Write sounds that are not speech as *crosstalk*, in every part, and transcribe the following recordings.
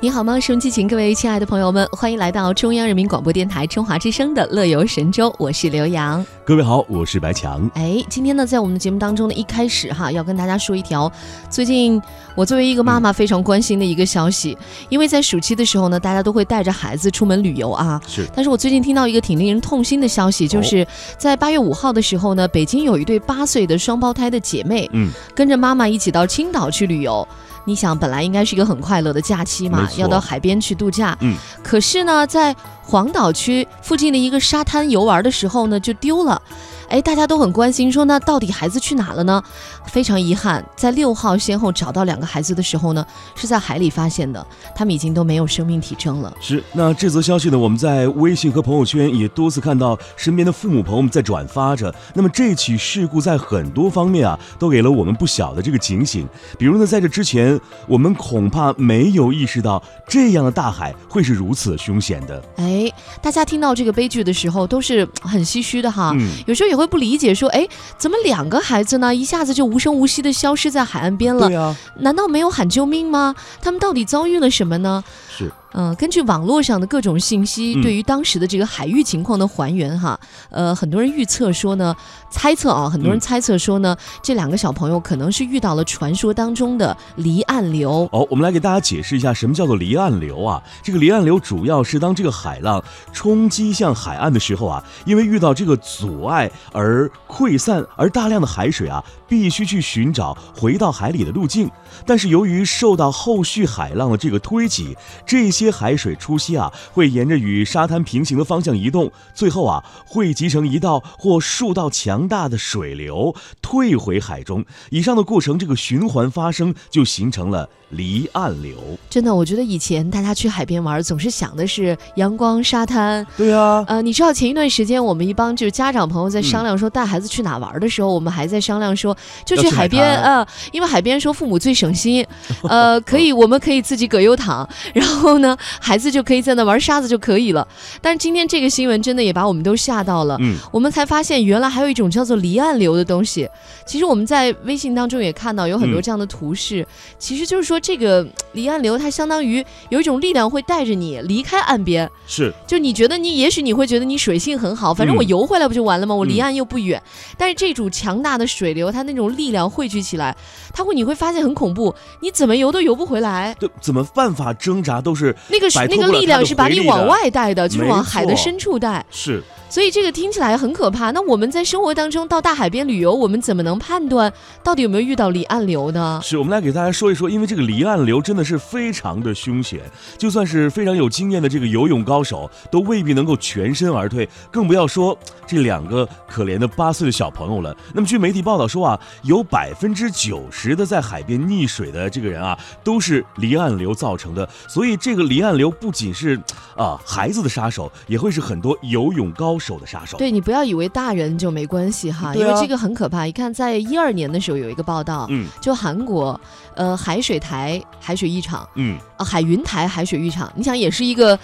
你好吗？收音机前各位亲爱的朋友们，欢迎来到中央人民广播电台中华之声的《乐游神州》，我是刘洋。各位好，我是白强。哎，今天呢，在我们的节目当中呢，一开始哈，要跟大家说一条最近我作为一个妈妈非常关心的一个消息，因为在暑期的时候呢，大家都会带着孩子出门旅游啊。是但是我最近听到一个挺令人痛心的消息，就是在八月五号的时候呢，北京有一对八岁的双胞胎的姐妹，嗯，跟着妈妈一起到青岛去旅游。你想，本来应该是一个很快乐的假期嘛没，错要到海边去度假，嗯，可是呢，在黄岛区附近的一个沙滩游玩的时候呢，就丢了。哎，大家都很关心，说那到底孩子去哪了呢？非常遗憾，在六号先后找到两个孩子的时候呢，是在海里发现的，他们已经都没有生命体征了。是，那这则消息呢，我们在微信和朋友圈也多次看到身边的父母朋友们在转发着。那么这起事故在很多方面啊，都给了我们不小的这个警醒。比如呢，在这之前，我们恐怕没有意识到这样的大海会是如此凶险的。哎，大家听到这个悲剧的时候都是呃很唏嘘的哈。嗯，有时候也会不理解，说，哎，怎么两个孩子呢，一下子就无声无息的消失在海岸边了对？啊，难道没有喊救命吗？他们到底遭遇了什么呢？是，嗯、根据网络上的各种信息，嗯对于当时的这个海域情况的还原，哈，呃，很多人预测说呢，猜测啊，很多人嗯猜测说呢，这两个小朋友可能是遇到了传说当中的离岸流。哦，我们来给大家解释一下什么叫做离岸流啊。这个离岸流主要是当这个海浪冲击向海岸的时候啊，因为遇到这个阻碍而溃散，而大量的海水啊必须去寻找回到海里的路径。但是由于受到后续海浪的这个推挤，这些海水初期啊会沿着与沙滩平行的方向移动，最后啊汇集成一道或数道强大的水流退回海中。以上的过程，这个循环发生就形成了离岸流。真的，我觉得以前大家去海边玩，总是想的是阳光、沙滩。对啊，呃，你知道前一段时间我们一帮就是家长朋友在嗯商量说带孩子去哪玩的时候，我们还在商量说就要去去海海边滩啊、呃因为海边说父母最省 *laughs* 心，呃，可以我们可以自己葛优躺，然后呢孩子就可以在那玩沙子就可以了。但是今天这个新闻真的也把我们都吓到了。嗯，我们才发现，原来还有一种叫做离岸流的东西。其实我们在微信当中也看到有很多嗯这样的图示，其实就是说这个嗯离岸流它相当于有一种力量会带着你离开岸边，是就你觉得你也许你会觉得你水性很好，反正嗯我游回来不就完了吗？我离嗯岸又不远，但是这股强大的水流它那种力量汇聚起来，它会你会发现很恐怖，你怎么游都游不回来。对，怎么办法挣扎都是那个是摆那脱个不了力它量的是把回你力往的外带的，就是没往海的错深处带。是所以这个听起来很可怕。那我们在生活当中到大海边旅游，我们怎么能判断到底有没有遇到离岸流呢？是，我们来给大家说一说，因为这个离岸流真的是非常的凶险，就算是非常有经验的这个游泳高手，都未必能够全身而退，更不要说这两个可怜的八岁的小朋友了。那么据媒体报道说啊，有百分之九十的在海边溺水的这个人啊，都是离岸流造成的，所以这个离岸流不仅是啊孩子的杀手，也会是很多游泳高手的杀手。对你不要以为大人就没关系哈，对因啊为这个很可怕。你看，在一二年的时候有一个报道，嗯就韩国，呃，海水台海水浴场嗯，啊、海云台海水浴场，你想也是一个，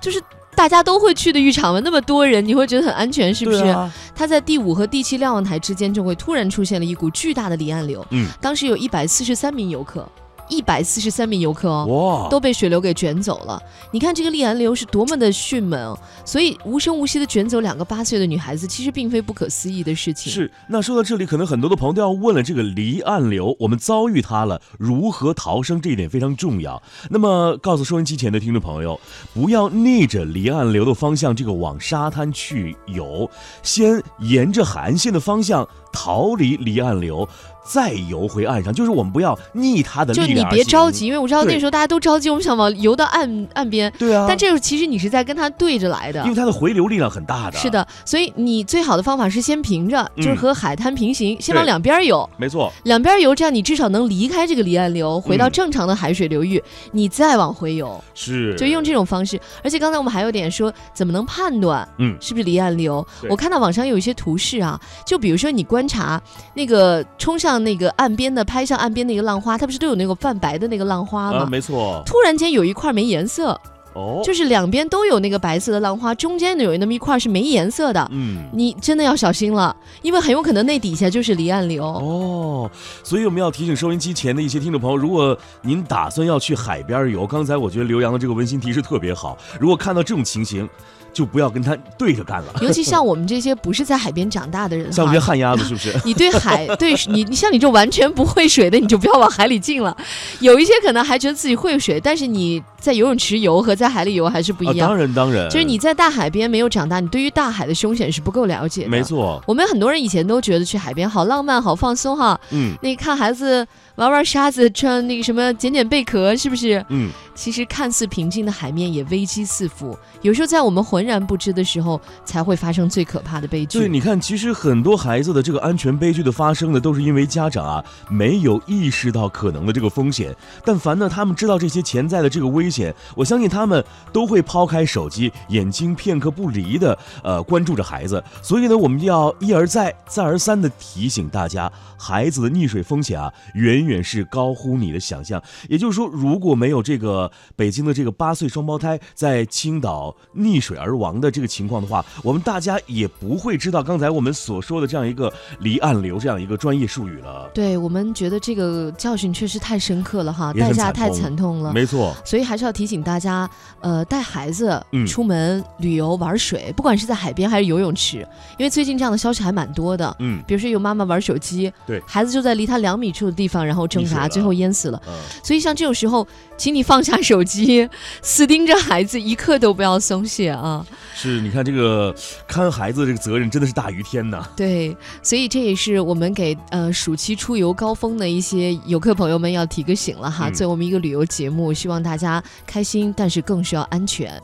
就是大家都会去的浴场嘛，那么多人，你会觉得很安全，是不是？对啊它在第五和第七瞭望台之间就会突然出现了一股巨大的离岸流，嗯，当时有一百四十三名游客，一百四十三名游客哦，哇，都被水流给卷走了。你看这个离岸流是多么的迅猛哦，所以无声无息的卷走两个八岁的女孩子，其实并非不可思议的事情。，是，那说到这里，可能很多的朋友都要问了：这个离岸流，我们遭遇它了，如何逃生？这一点非常重要。那么，告诉收音机前的听众朋友，不要逆着离岸流的方向，这个往沙滩去游，先沿着海岸线的方向逃离离岸流，再游回岸上。就是我们不要逆它的就力你量而别着行急，。因为我知道那对时候大家都着急，我们想往游到岸岸边，对啊，但这时候其实你是在跟它对着来的因为。它的回流力量很大的。是，的，所以你最好的方法是先平着，就是嗯和海滩平行，先往对两边儿游，没错，两边儿游，这样你至少能离开这个离岸流，回到嗯正常的海水流域，你再往回游。是就用这种方式。而且刚才我们还有点说，怎么能判断嗯是不是离岸流？对我看到网上有一些图示啊，就比如说你观察那个冲向那个岸边的，拍向啊岸边那个浪花，它不是都有那个泛白的那个浪花吗？啊，没错，突然间有一块没颜色，哦，就是两边都有那个白色的浪花，中间呢有那么一块是没颜色的，嗯。你真的要小心了，因为很有可能那底下就是离岸流。哦，所以我们要提醒收音机前的一些听众朋友，如果您打算要去海边游，刚才我觉得刘洋的这个温馨提示特别好。如果看到这种情形，就不要跟他对着干了，尤其像我们这些不是在海边长大的人像哈不，像旱鸭子是不是？你对 *laughs* 海对你你像你这完全不会水的，你就不要往海里进了。有一些可能还觉得自己会水，但是你在游泳池游和在海里游还是 *laughs* 不 *laughs* 啊，一样。当然当然，就是你在大海边没有长大，你对于大海的凶险是不够了解的。没，错，我们很多人以前都觉得去海边好浪漫、好放松哈。嗯那看孩子玩玩沙子，穿那个什么捡捡贝壳，是不是？嗯，其实看似平静的海面也危机四伏，有时候在我们浑然不知的时候，才会发生最可怕的悲剧。对，你看，其实很多孩子的这个安全悲剧的发生呢，都是因为家长啊没有意识到可能的这个风险。但凡呢，他们知道这些潜在的这个危险，我相信他们都会抛开手机，眼睛片刻不离的呃关注着孩子。所以呢，我们要一而再、再而三的提醒大家，孩子的溺水风险啊，远远是高乎你的想象。也就是说，如果没有这个北京的这个八岁双胞胎在青岛溺水而亡的这个情况的话，我们大家也不会知道刚才我们所说的这样一个离岸流这样一个专业术语了。对我们觉得这个教训确实太深刻了哈，也代很价惨太痛惨痛了。没错，所以还是要提醒大家，呃，带孩子嗯出门旅游玩水，不管是在海边还是游泳池，因为最近这样的消息还蛮多的。嗯比如说有妈妈玩手机，对孩子就在离她两米处的地方，然后挣溺水扎，了最后淹死了。嗯、所以像这种时候，请你放下手机，死盯着孩子，一刻都不要松懈啊！是你看这个看孩子这个责任真的是大于天呐。对，所以这也是我们给呃暑期出游高峰的一些游客朋友们要提个醒了哈。嗯作为我们一个旅游节目，希望大家开心，但是更需要安全。